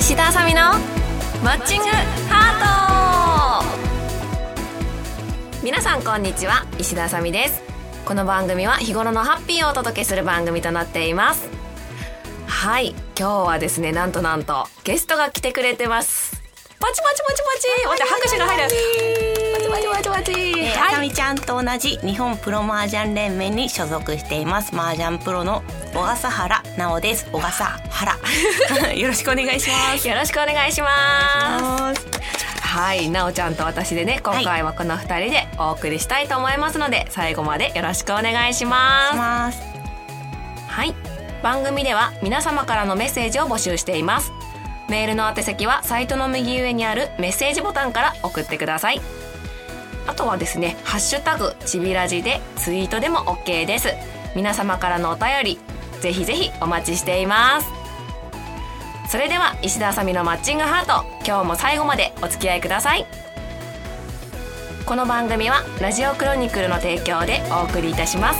石田あさみのマッチングハート皆さんこんにちは石田あさみですこの番組は日頃のハッピーをお届けする番組となっていますはい今日はですねなんとなんとゲストが来てくれてますパチパチパチパチ待って拍手が入るパチパチパチパチえー、あさみちゃんと同じ日本プロ麻雀連盟に所属しています麻雀プロの小笠原奈緒です小笠 原よろしくお願いしますよろしくお願いします。はい、なおちゃんと私でね、今回はこの二人でお送りしたいと思いますので、最後までよろしくお願いしまますす。はい、番組では皆様からのメッセージを募集しています。メールの宛先はサイトの右上にあるメッセージボタンから送ってください。あとはですね、ハッシュタグちびラジでツイートでも OK です。皆様からのお便り、ぜひぜひお待ちしています。それでは石田あさみのマッチングハート今日も最後までお付き合いくださいこの番組はラジオクロニクルの提供でお送りいたします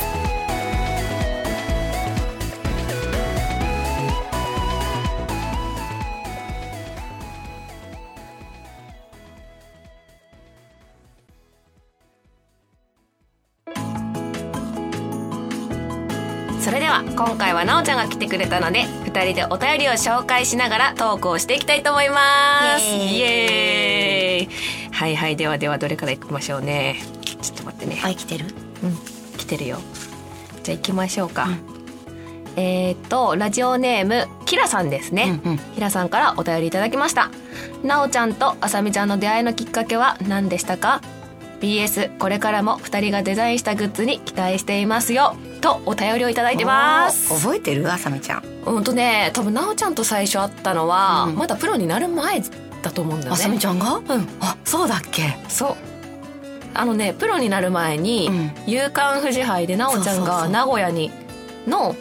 それでは今回はなおちゃんが来てくれたので2人でお便りを紹介しながらトークをしていきたいと思いますイイエーイはいはいではではどれから行きましょうねちょっと待ってね、あ生きてるうん来てるよじゃあ行きましょうか、えーっとラジオネームキラさんですね、うんうんキラさんからお便りいただきましたなおちゃんとあさみちゃんの出会いのきっかけは何でしたか BS これからも2人がデザインしたグッズに期待していますよとお便りをいただいてますおー覚えてるあさみちゃんうんとね多分なおちゃんと最初会ったのは、うんまだプロになる前だと思うんだよあさみねちゃんがうんあそうだっけそうあのねプロになる前に、うん夕刊フジ杯で奈緒ちゃんそうそうがそう名古屋にの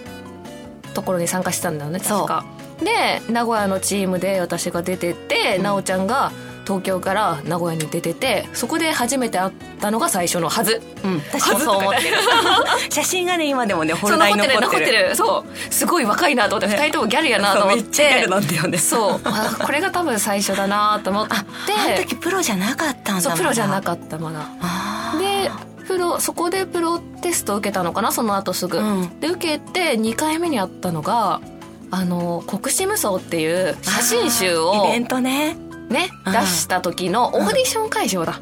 ところに参加してたんだよね確そうかで名古屋のチームで私が出ててうん奈緒、ちゃんが東京から名古屋に出ててそこで初めて会ったのが最初のはずうん私もそう思ってる 写真がね今でもねホそうルダー残にってる残残ってっるてるそうすごい若いなと思って2人ともギャルやなとそう思めっっちゃギャてルなんだよねそうあこれが多分最初だなと思ってあの時プロじゃなかったんだそうプロじゃなっかったまだたでプロそこでプロテストを受けたのかなその後すぐ、うんで受けて2回目にあったのがあの国士無双っていう写真集をイベンねトね出うんした時のオーディション会場だ、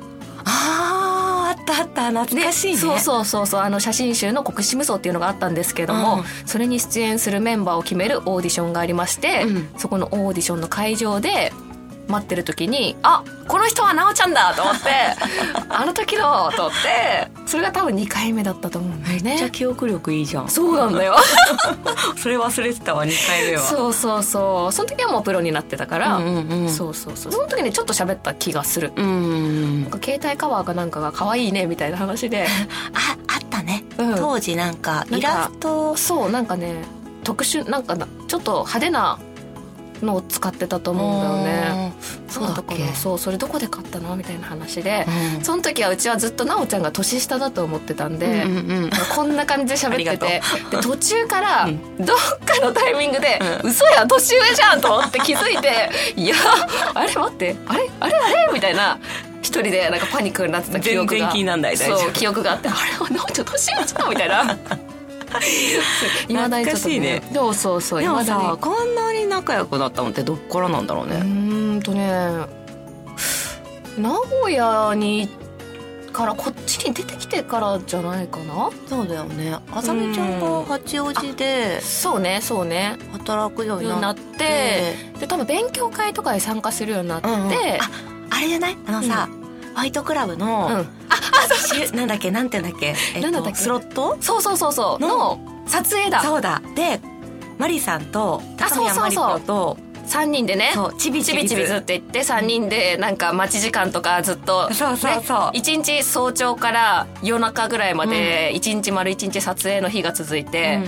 あーあったあった懐かしいねそうそうそうそうあの写真集の国士無双っていうのがあったんですけども、うんそれに出演するメンバーを決めるオーディションがありまして、うんそこのオーディションの会場で待ってる時にあこの人は奈緒ちゃんだと思って あの時のと思ってそれが多分2回目だったと思うんだよめっちゃね記憶力いいじゃんそうなんだよそれ忘れてたわ2回目はそうそうそうその時はもうプロになってたから、うんうんうんそうそうそうその時にちょっと喋った気がする、うんなんか携帯カバーかなんかが可愛いねみたいな話 でああったね、うん当時なんかなんかイラストそうなんかね特殊なんかなちょっと派手なのを使ってたと思うんだよねうんそうだっなんけかねそうそれどこで買ったのみたいな話で、うんその時はうちはずっと奈緒ちゃんが年下だと思ってたんで、うんうんうんこんな感じで喋ってあてで途中からうどっんかのタイミングで「嘘や年上じゃん!」と思って気づい て「いやあれ待ってあれあれあれ?」みたいな一人でなんかパニックになってた記憶が全然気になんない大丈夫そう記憶があって「あれなおちゃん年上じゃん」みたいな。いまだにちょっと懐かしいねそうそうそうでも未ださにこんなに仲良くなったのってどっからなんだろううね、ーんとね名古屋にからこっちに出てきてからじゃないかなそうだよねあさみちゃんうがん八王子でそうねそうね働くようににななっっててで多分勉強会とかに参加するようになって、うんうんああれじゃないあのさ、ホワイトクラブうんの、しなんだっけなんて言うんだっけ,、えなんだっ、とたっけスロットそうそうそうそうのの撮影だそうだでマリさんとあ高そう宮そうマリそう子と3人でねそうちびちちびびちびずって言って3人でなんか待ち時間とかずっとそうそうそう1日早朝から夜中ぐらいまで1日丸1日撮影の日が続いて、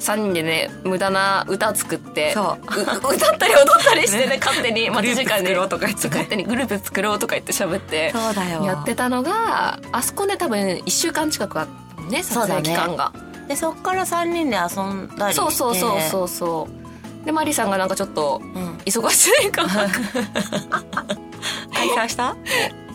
3人でね無駄な歌作ってそうう歌ったり踊ったりしてねね勝手に待ち時間グでループ作ろうとか言ってね勝手にグループ作ろうとか言って喋ってそうだよやってたのがあそこね多分1週間近くあったのね撮そうだ影ね期間がでそっから3人で遊んだりしてそう,、そうそうそうそうでマリさんがなんかちょっとうん忙しいか解散した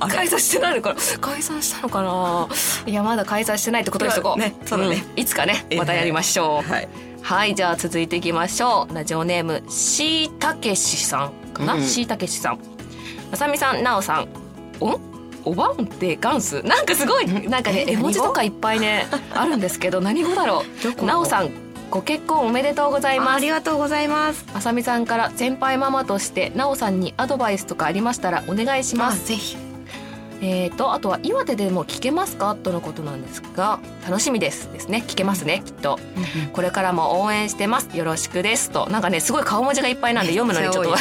あれ解散してないのかな解散したのかないやまだ解散してないってことにしとこうねそうだねんいつかねまたやりましょう、はいはいじゃあ続いていきましょうラジオネームしーたけしさんかうんなうんしーたけしさんまさみさんなおさんおおばんってガンスなんかすごいなんかねえ絵文字何語とかいっぱい ねあるんですけど何語だろどこうなおさんご結婚おめでとうございますがとうございますまさみさんから先輩ママとしてなおさんにアドバイスとかありましたらお願いしままあすぜひえー、とあとは岩手でも聞けますかとのことなんですが楽しみですですね聞けますねきっとこれからも応援してますよろしくですとなんかねすごい顔文字がいっぱいなんで読むのにちょっと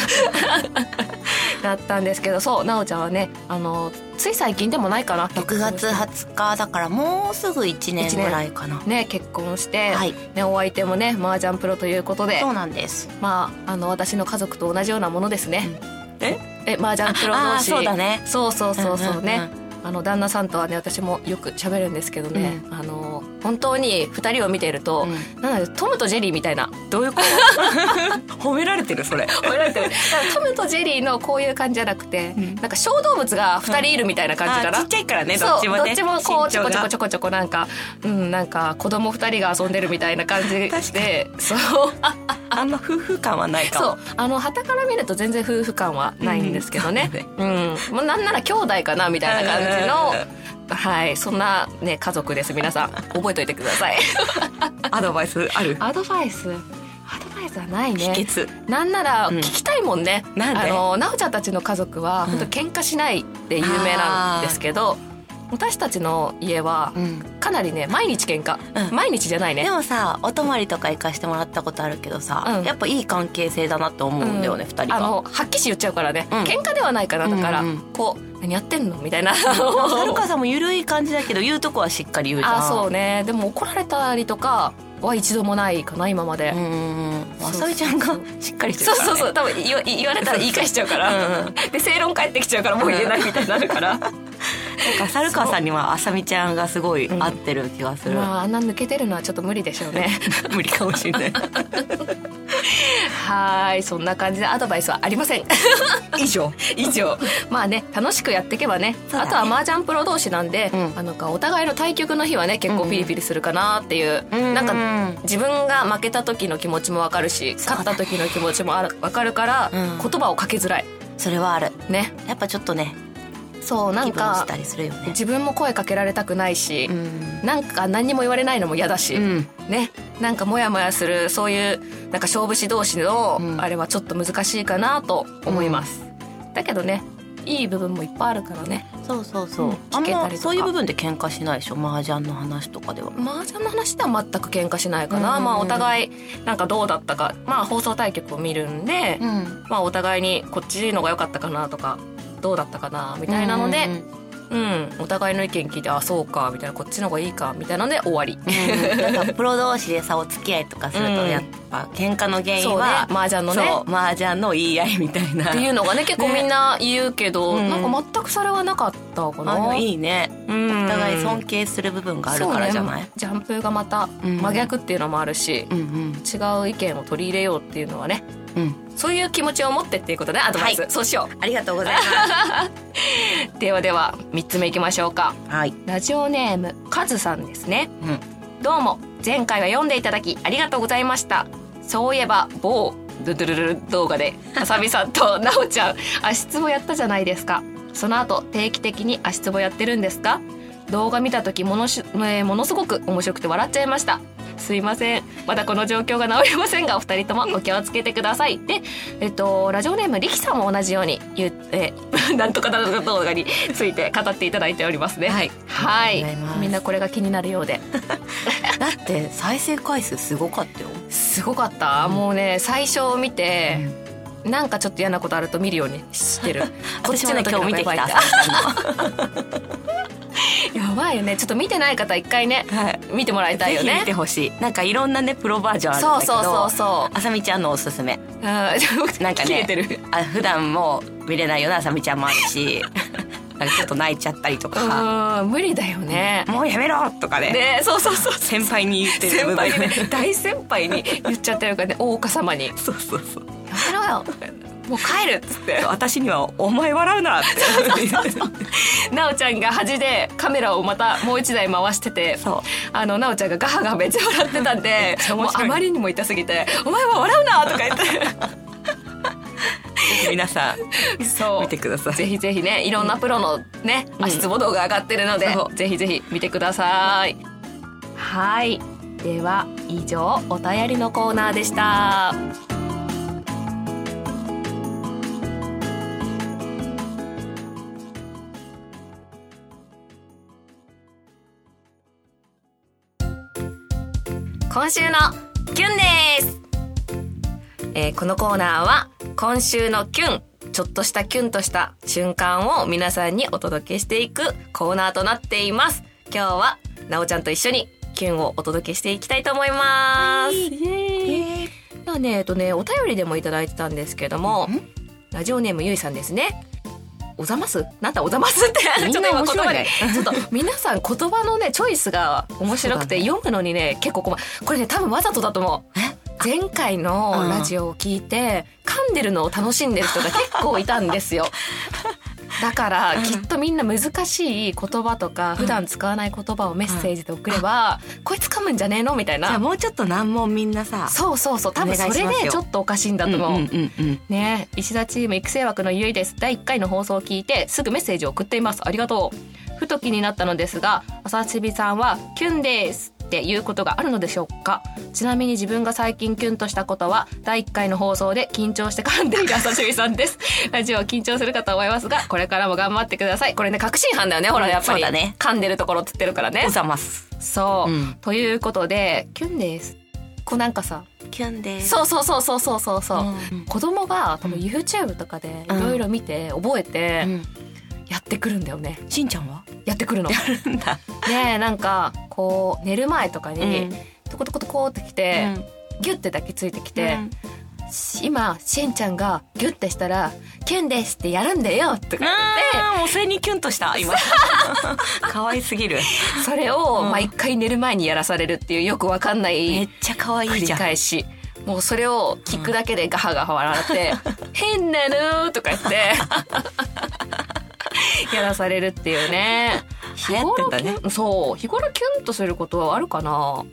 だったんですけどそうなおちゃんはねあのつい最近でもないかな6月20日だからもうすぐ1年ぐらいかなね結婚して、はいね、お相手もね麻雀プロということでそうなんですまああの私の家族と同じようなものですね、え麻雀プロあ同あ士そうだねそうそうそうそうね、うんうんあの旦那さんとはね私もよく喋るんですけどね、あの本当に2人を見ていると、なんだろうトムとジェリーみたい などういうこと 褒められてるそれ褒められてるだからトムとジェリーのこういう感じじゃなくて、うんなんか小動物が2人いるみたいな感じかな、あちっちゃいからねどそうっちもねどっちもこうちょこちょこちょょここちょこなんかうんなんか子供2人が遊んでるみたいな感じ確かでそうああんま夫婦感はないかもそうあの旗から見ると全然夫婦感はないんですけどね、うんもうなんなら兄弟かなみたいな感じうんうんの、はい、そんな、ね、家族です皆さん覚えておいてくださいアドバイスあ るアドバイスアドバイスはない秘ね訣なんならうん聞きたいもんね、なんであのなおちゃんたちの家族はうん本当喧嘩しないで有名なんですけど、私たちの家はうんかなりね毎日喧嘩、うん毎日じゃないねでもさお泊まりとか行かしてもらったことあるけどさうんやっぱいい関係性だなって思うんだよねうん二人あがのはっきし言っちゃうからね、うん喧嘩ではないかなだから、うんうんこう何やってんのみたい なはるかさんも緩い感じだけど言うとこはしっかり言うじゃんあそうねでも怒られたりとかは一度もないかな今まで、うんうんうんそうあそうさみちゃんがしっかりしてそるうからねそうそう多分言わ言われたら言い返しちゃうからうんうで正論返ってきちゃうからもう言えないみたいになるから、なんかサルカさんにはあさみちゃんがすごい合ってる気がする、まああんな抜けてるのはちょっと無理でしょうね 無理かもしれないはーいそんな感じでアドバイスはありませ ん 以上以上まあね楽しくやっていけばねそうだあねとは麻雀プロ同士なんで、うんあのかお互いの対局の日はね結構ピリピリするかなっていう、なんか自分が負けた時の気持ちもわかるしそうだ勝ねった時の気持ちもあるわかるから、うん言葉をかけづらいそれはあるねやっぱちょっとねそうな気ん分しかたりするよね自分も声かけられたくないし、うんなんか何にも言われないのも嫌だし、うんねなんかモヤモヤするそういうなんか勝負師同士のうんあれはちょっと難しいかなと思います、だけどねいい部分もいっぱいあるからねそうそうそうう、んあん聞けたりとまかそういう部分で喧嘩しないでしょ麻雀の話とかでは麻雀の話では全く喧嘩しないかな、うんまあお互いなんかどうだったかまあ放送対局を見るんで、んまあお互いにこっちのが良かったかなとかどうだったかなみみたいなので、うん、お互いの意見聞いてあそうかみたいなこっちの方がいいかみたいなので終わり、なんかプロ同士でさお付き合いとかするとうんやっぱ喧嘩の原因そうねは、麻雀のねそう麻雀の言い合いみたいなっていうのがね結構みんな言うけど、ねなんか全くそれはなかったかあなのいいねうんお互い尊敬する部分があるからじゃなそい、うねジャンプがまたうん真逆っていうのもあるし、うんうん違う意見を取り入れようっていうのはねうんそういう気持ちを持ってっていうことねアドバイス、はいそうしよありがとうございます うではでは3つ目いきましょうかはい。ラジオネームカズさんですねうん。どうも前回は読んでいただきありがとうございましたそういえば某ドゥドゥルルル動画であさみさんと なおちゃん足つぼやったじゃないですかその後定期的に足つぼやってるんですか動画見た時ものし、えーものすごく面白くて笑っちゃいましたすいませんまだこの状況が治りませんがお二人ともお気をつけてくださいでえっとラジオネームりきさんも同じようにゆえー なんとかなんとか動画について語っていただいておりますねはいはいありがとうございますみんなこれが気になるようでだって再生回数すごかったよ。すごかった、うんもうね最初を見て、なんかちょっと嫌なことあると見るようにしてるこっち 私のもね時今の日見てきた。やばい朝日さんってやばいよねちょっと見てない方一回ねのはい。見てもらいたいぜよひ見ね てほしい。なんかいろんなねプロバージョンあるんそだうけそど。うそうそうあさみちゃんのおすすめ。うんななんかんかねね切れてるあ普段も見れないようなあさみちゃんもあるし、 なんかちょっと泣いちゃったりとうか、ーん無理だよね、もうやめろとかね。ねそうそう そう先輩に言って先る部分 輩にね大先輩に言っちゃってるからね大岡様にそうそうそう。やめろよ もう帰るっつって私には「お前笑うな」ってなおちゃんが端でカメラをまたもう一台回しててそうあのなおちゃんがガハガハめっちゃ笑ってたんでちゃもう面白いあまりにも痛すぎて「お前は笑うな!」とか言って皆さん そう見てくださいぜひぜひねいろんなプロのね、足つぼ動画上がってるので、そうぜひぜひ見てくださいはいでは以上お便りのコーナーでした今週のキュンです、えーこのコーナーは今週のキュンちょっとしたキュンとした瞬間を皆さんにお届けしていくコーナーとなっています今日はなおちゃんと一緒にキュンをお届けしていきたいと思います、ではねえっとねお便りでもいただいてたんですけどもんラジオネームゆいさんですねおざますなんだおざますってみちょんっと今な面言白葉いにねちょっと皆さん言葉のねチョイスが面白くて、そうだね読むのにね結構困るこれね多分わざとだと思う前回のラジオを聞いて噛んでるのを楽しんでる人が結構いたんです よだからきっとみんな難しい言葉とか普段使わない言葉をメッセージで送ればこいつ噛むんじゃねえのみたいじゃあなもうちょっと難問みんなさそうそうそう多分おそ願いしれますでよちょっとおかしいんだと思う。んうんうんねえ石田チーム育成枠のゆいです第1回の放送を聞いてすぐメッセージを送っていますありがとうふと気になったのですが朝ちびさんはキュンですっていうことがあるのでしょうかちなみに自分が最近キュンとしたことは第1回の放送で緊張して噛んでいる 朝ちびさんですラジオは緊張するかと思いますがこれからも頑張ってくださいこれね確信犯だよねほらやっぱり、そうだね噛んでるところつってるからねおざますそう、うんということでキュンですこうなんかさキュンですそうそうそうそうそうそうそう、うん子供が多分 YouTube とかでいろいろ見て覚えうてんやってくるんだよねしんちゃんはやってくるの。やるんだでなんかこう寝る前とかにうんトコトコトコってきて、ギュッて抱きついてきてう「んし今しんちゃんがギュッてしたらキュンですってやるんだよ」とか言っあーもうそれにキュンとした今 可愛すぎるてそれをうん毎回寝る前にやらされるっていうよくわかんなめいっちゃ可愛い繰りじゃん返しもうそれを聞くだけでガハガハ笑 って「変なの」とか言ってやらされるっていうね流行ってんだね日頃キュンそう日頃キュンとすることはあるかな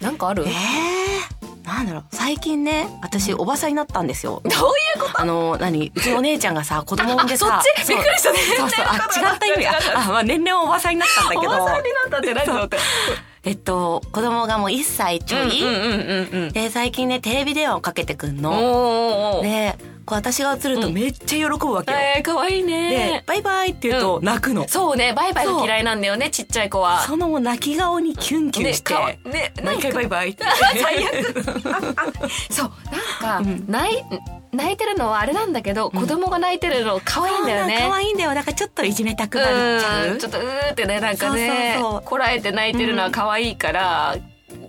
なんかあるえー、なんだろう最近ね私おばさんになったんですよどういうこあの何うちのお姉ちゃんがさ子供産んでとそさっちびっくりしたねそうそうあ違った意味違あう違うあ、まあ、年齢はおばさんになったんだけおばさんどになったって何だろうってえっと子供がもう1歳ちょい、うんうんうんうんで最近ねテレビ電話をかけてくおんーのおーおーでこう私が映るとめっちゃ喜ぶわけよ、えー可愛いでね「バイバイ」って言うと泣くの、そうねバイバイが嫌いなんだよねちっちゃい子はそのもう泣き顔にキュンキュンして、ねかわね毎回バイバイって最 悪そうなんか、うん泣い泣いてるのはあれなんだけど、子供が泣いてるの 可愛いんだよね可愛いんだよ。なんかちょっといじめたくなっちゃうんうちょ。っとうーってねなんかねそうそうそうこらえて泣いてるのは可愛いから、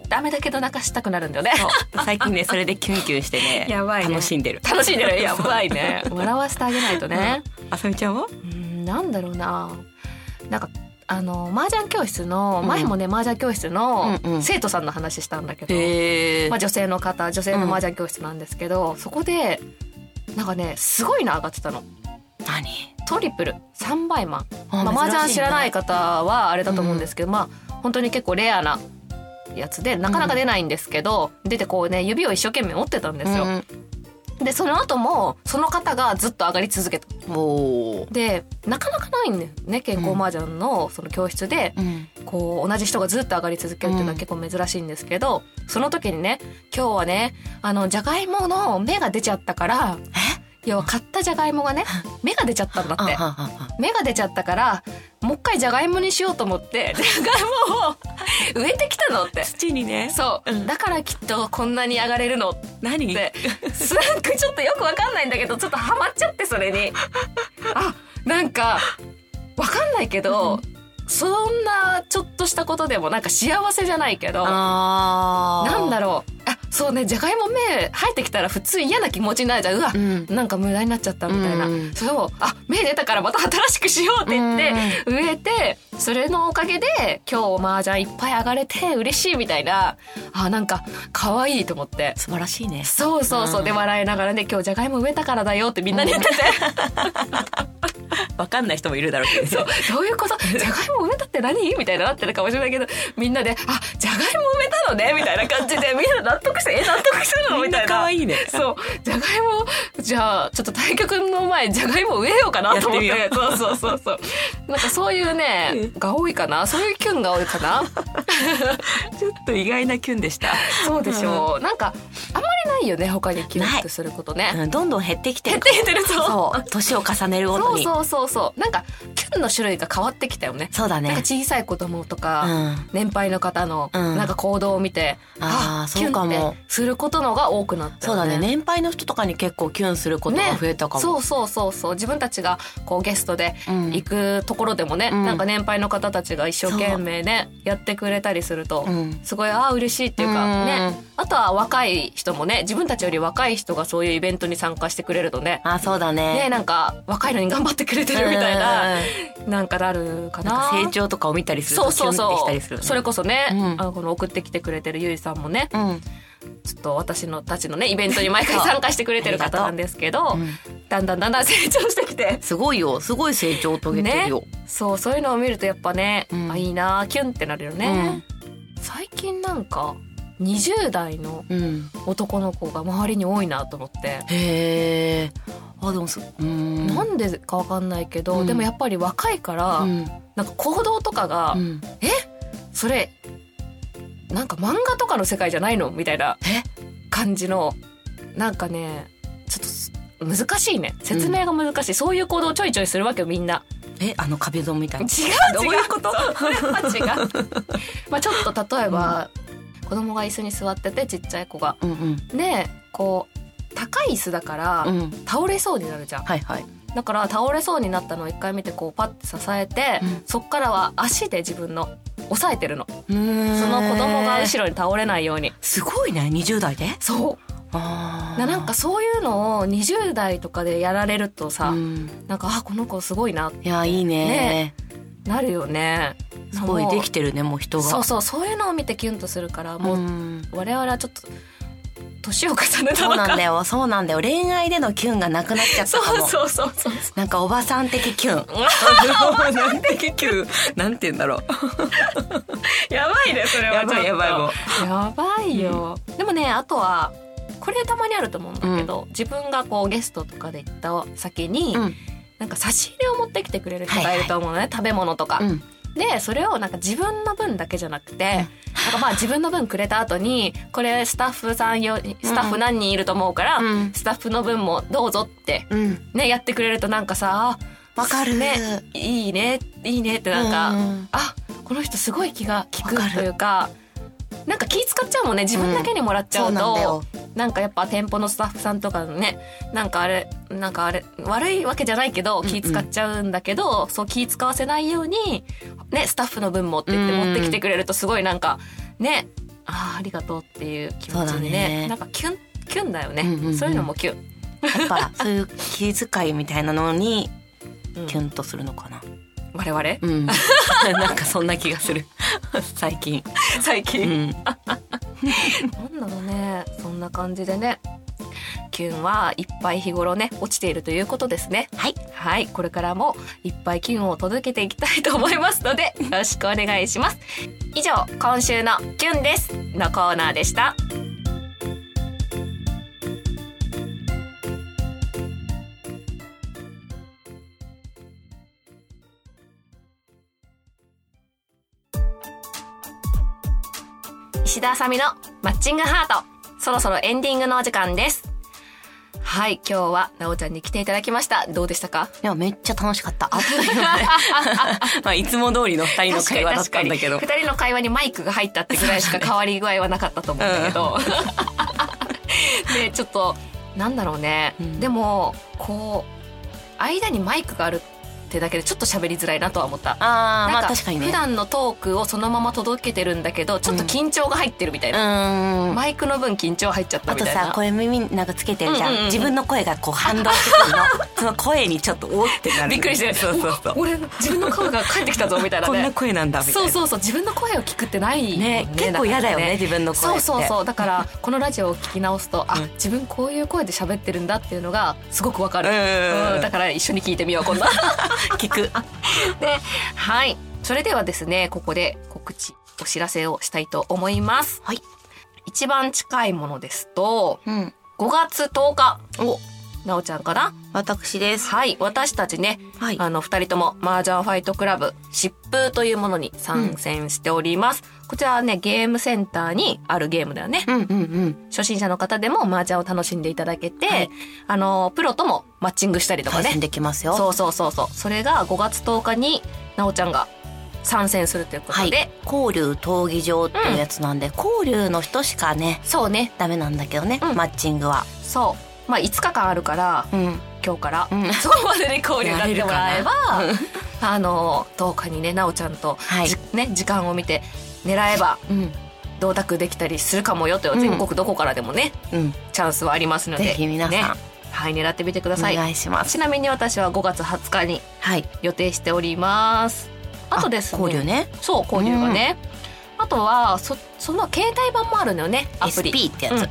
ダメだけど泣かしたくなるんだよねそう最近ね、それでキュンキュンしてね、やばいね楽しんでる。 楽しいんだよねやばいね笑わせてあげないとねあさみちゃんはうんなんだろうななんかあの麻雀教室の前もね、麻雀教室のうんうん生徒さんの話したんだけど、えまあ、女性の方女性の麻雀教室なんですけど、そこでなんかねすごいな上がってたの何トリプル3倍マン、まあ、麻雀知らない。珍し方はあれだと思うんですけど、まあ本当に結構レアなやつでなかなか出ないんですけど、出てこうね指を一生懸命折ってたんですよ、でその後もその方がずっと上がり続けたうんおーでなかなかないんだよね健康麻雀のその教室でうんこう同じ人がずっと上がり続けるっていうのは結構珍しいんですけど、その時にね今日はねあのじゃがいもの芽が出ちゃったから要は買ったじゃがいもがね 芽が出ちゃったんだあっはてはは芽が出ちゃったからもう一回じゃがいもにしようと思って じゃがいもを植えてきたのって土にね、そう、うんだからきっとこんなに上がれるのっ何てなんかちょっとよくわかんないんだけどちょっとハマっちゃってそれにあなんかわかんないけど、そんなちょっとしたことでもなんか幸せじゃないけどあーなんだろうあそうねじゃがいも芽生えてきたら普通嫌な気持ちになるじゃんうわ、うんなんか無駄になっちゃったみたいな、うんそれをあ芽出たからまた新しくしようって言って植えてそれのおかげで今日麻雀いっぱい上がれて嬉しいみたいなあなんか可愛いと思って。素晴らし いねそうそうそう、うんで笑いながらね今日じゃがいも植えたからだよってみんなに言ってて、わかんない人もいるだろうけどね、 どういうことじゃがいも植えたって何みたいななってるかもしれないけどみんなで「あじゃがいも植えたのね」みたいな感じで みんな納得して「え納得するの?」みたいな可愛いねそうじゃがいもじゃあちょっと対局の前じゃがいも植えようかなと思ってやってそうそうそうそうなんかそういうねが多いかなそういうキュンが多いかなちょっと意外なキュンでした、そうでしょう、なんかあんまりないよね他に記録することねうん、どんどん減ってきて減っるて減ってる そうそう年を重ねるごとそうにそうそうそうなんかキュンの種類が変わってきたよねそうだなんかね小さい子供とうか、ん年配の方のうんなんか行動を見て、あーキそうかもュンってすることのが多くなったそうよだね年配の人とかに結構キュンすることが増えたかも、そうそうそうそう自分たちがこうゲストでうん行くところでもね、うんなんか年配の方たちが一生懸命ねやってくれたりすると、うんすごいああ嬉しいっていうか、うんねあとは若い人もね自分たちより若い人がそういうイベントに参加してくれるとねあそうだねねなんか若いのに頑張ってくれてるみたいな、うん なんかなるかなんなか成長とかを見たりするそとうキそュンうってきそたりするうそれこそね、うんあのこの送ってきてくれてるゆいさんもねそうんちょっと私のたちのねイベントに毎回参加してくれてる方なんですけど、うんだんだんだんだん成長してきてすごいよすごい成長を遂げてるよ、そうそういうのを見るとやっぱね、うんあいいなあキュンってなるよね、最近なんか20代のうん男の子が周りに多いなと思って、へえあでもそうんなんでかわかんないけど、うんでもやっぱり若いから、うんなんか行動とかが、うんそれなんか漫画とかの世界じゃないのみたいなえ感じのなんかねちょっとす難しいね説明が難しい、そういう行動をちょいちょいするわけよみんなえあの壁ドンみたい違うな違うどういう ことそうそれは違う まあちょっと例えば、子供が椅子に座っててちっちゃい子がうんうんでこう高い椅子だから、うん倒れそうになるじゃんはいはいだから倒れそうになったのを一回見てこうパッて支えて、うんそっからは足で自分の押さえてるのそそのの子供が後ろに倒れないようにすごいね20代でそうあななんかそういうのを20代とかでやられるとさ、うんなんかあこの子すごいないやいいねなるよねすごいもうできてるねもう人がそうそうそういうのを見てキュンとするからもう、ん我々はちょっと年を重ねたそのうなんかだよそうなんだよ恋愛でのキュンがなくなっちゃったかもそうそうそうそうなんかおばさん的 キュンなんてキュンなんて言うんだろうやばいねそれはやばいやばいもううやばいよ、でもねあとはこれたまにあると思うんだけど、自分がこうゲストとかで行った先に、うんなんか差し入れを持ってきてくれる人がいると思うのね、食べ物とか、うんでそれをなんか自分の分だけじゃなくて、なんかまあ自分の分くれた後にこれスタッフさんよスタッフ何人いると思うから、うんスタッフの分もどうぞってうんねやってくれるとなんかさわかるねいいねいいねってなんか、うんあこの人すごい気が利くわかるというかなんか気使っちゃうもんね自分だけにもらっちゃそううなんだとよ、なんかやっぱ店舗のスタッフさんとかのねなんかあれなんかあれ悪いわけじゃないけどん気使っちゃうんだけど、そう気使わせないように、ね、スタッフの分もって言ってうん持ってきてくれるとすごいなんかねあーありがとうっていう気持ちにそうだねねなんかキュンキュンだよね、うんうんうんそういうのもキュン、やっぱそういう気遣いみたいなのにうんキュンとするのかな我々 うん なんかそんな気がする 最近最う近、なんんだろうねそんな感じでねキュンはいっぱい日頃ね落ちているということですねはいはい、これからもいっぱいキュンを届けていきたいと思いますの で、よろしくお願いします。以上、今週のキュンですのコーナーでした。石田あさみのマッチングハート。そろそろエンディングのお時間です。はい、今日はなおちゃんに来ていただきました。どうでしたか？いやめっちゃ楽しかったあっという間で まあいつも通りの二人の会話だったんだけど確かに二人の会話にマイクが入ったってぐらいしか変わり具合はなかったと思うんだけど。 で、ちょっとなんだろうね。うんでもこう間にマイクがあるってってだけでちょっと喋りづらいなとは思った ああなまんあ確かにね普段のトークをそのまま届けてるんだけどちょっと緊張が入ってるみたいうな、ーんマイクの分緊張入っちゃったあみとたいなさ声耳なんかつけてるじゃん,、うんうんうん自分の声がこう反動してくるの その声にちょっとおってなるびっくりしてそうそうそうお 俺自分の顔が返ってきたぞみたいな こんなね声なんだみたいなそうそうそう自分の声を聞くってないもんね結構嫌だよね自分の声ってそうそうそうだからこのラジオを聞き直すとあ自分こういう声で喋ってるんだっていうのがすごくわかるうんうんうんうんだから一緒に聞いてみよう 今度聞くではいそれではですねここで告知お知らせをしたいと思いますはい一番近いものですとうん5月10日おなおちゃんかな私ですはい私たちねはいあの、二人とも、麻雀ファイトクラブ、疾風というものに参戦しております。こちらはね、ゲームセンターにあるゲームだよね。うんうんうん初心者の方でも麻雀を楽しんでいただけて、はいあの、プロともマッチングしたりとか対戦ね。できますよそうそうそうそう。それが5月10日に、なおちゃんが参戦するということはいで、交流闘技場っていうやつなんで、交流の人しかねそうね、ダメなんだけどね、うんマッチングはそう。まあ、5日間あるから、うん今日から、うん そこまでに交流になってもらえば、あの、10日にね、なおちゃんと、はいじね、時間を見て、狙えば、うん同卓できたりするかもよといううん全国どこからでもね、うんチャンスはありますのでぜひ皆さんね、はい狙ってみてくだおさい願いしますちなみに私は5月20日にはい予定しておりますあとですね交流ねそう交流がね、あとはそその携帯版もあるのよねアプリ SP ってやつ、うん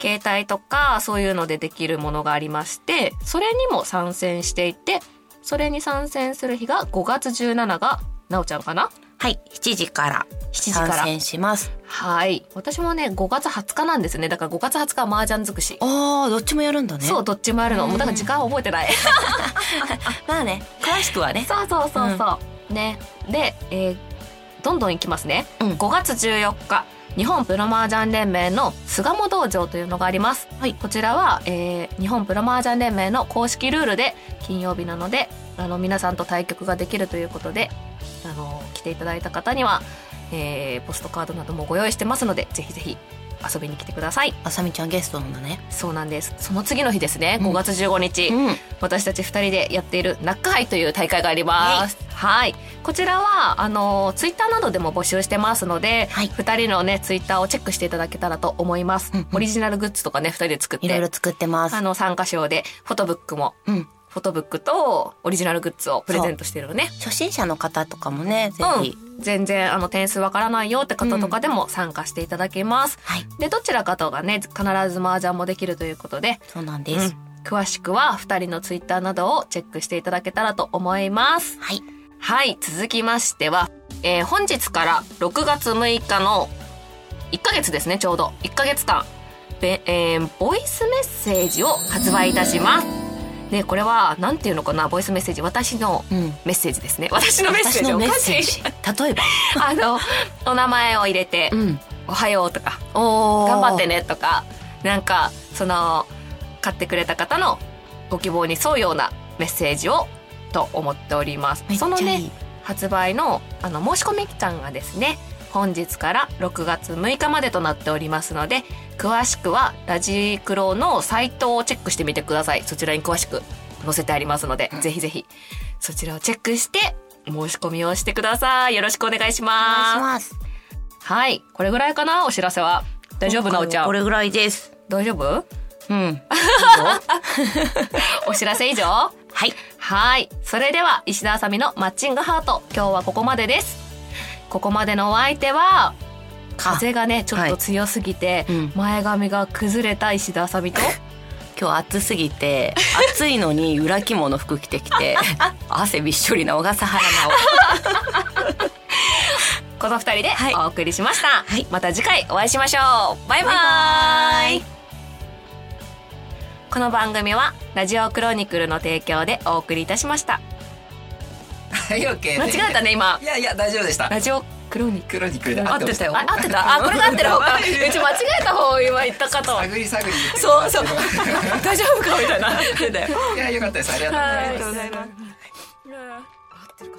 携帯とかそういうのでできるものがありましてそれにも参戦していてそれに参戦する日が5月17がなおちゃんかなはい7時から7時から参戦しますはい私もね5月20日なんですねだから5月20日は麻雀尽くしあーどっちもやるんだねそうどっちもあるの、もうだから時間は覚えてないまあね詳しくはねそうそうそうそう、ねで、えーどんどんいきますね、うん5月14日日本プロマージャン連盟の巣鴨道場というのがあります、はいこちらは、えー日本プロマージャン連盟の公式ルールで金曜日なのであの皆さんと対局ができるということであの来ていただいた方には、えーポストカードなどもご用意してますのでぜひぜひ遊びに来てくださいあさみちゃんゲストなんだねそうなんですその次の日ですねうん5月15日、ん私たち二人でやっているナックハイという大会があります。はい。こちらは、あの、ツイッターなどでも募集してますので、はい二人のね、ツイッターをチェックしていただけたらと思います。うんうんオリジナルグッズとかね、二人で作っいろいろて、作ってますあの、参加賞で、フォトブックも、うんフォトブックとオリジナルグッズをプレゼントしてるのね。初心者の方とかもねぜうひ、ん。全然、あの、点数わからないよって方とかでも参加していただけます。はいで、どちらかとがね、必ず麻雀もできるということで、そうなんです、うん詳しくは2人のツイッターなどをチェックしていただけたらと思います。はいはい、続きましては、えー本日から6月6日の1ヶ月ですね、ちょうど。1ヶ月間、べえーボイスメッセージを発売いたします。で、これは、なんていうのかな、ボイスメッセージ。私のうんメッセージですね。私のメッセージ。私のおメッかセーしジい。例えばあの、お名前を入れて、んおはようとか、おー頑張ってねとかなんかその買ってくれた方のご希望に沿うようなメッセージをと思っておりますめっちそゃいいのね発売のあの申し込み期間がですね本日から6月6日までとなっておりますので詳しくはラジクロのサイトをチェックしてみてくださいそちらに詳しく載せてありますので、ぜひぜひそちらをチェックして申し込みをしてくださいよろしくお願いしお願いましすますはいこれぐらいかなお知らせは大丈夫なおちゃんこれぐらいです大丈夫うんお知らせ以上 はいはいそれでは石田あさみのマッチングハート今日はここまでですここまでのお相手はか今風がねちょっと強すぎて、はいうん前髪が崩れた石田あさみと日暑すぎて暑いのに裏着物服着てきて汗びっしょりな小笠原直この二人ではいお送りしました、いまた次回お会いしましょうバイババイイバイこの番組はラジオクロニクルの提供でお送りいたしました はい、オッケー。間違えた。ね今いやいや、大丈夫でした。ラジオクロニクルクロニクルで合合っっててましたたよよ。あ合ってたあこれが合ってる方 かうち間違えた方を今言ったかと探り探り。そうそう 大丈夫かみたい ないや、よかったです。ありがとうございます。はいありがとうございます合ってるか合ってるか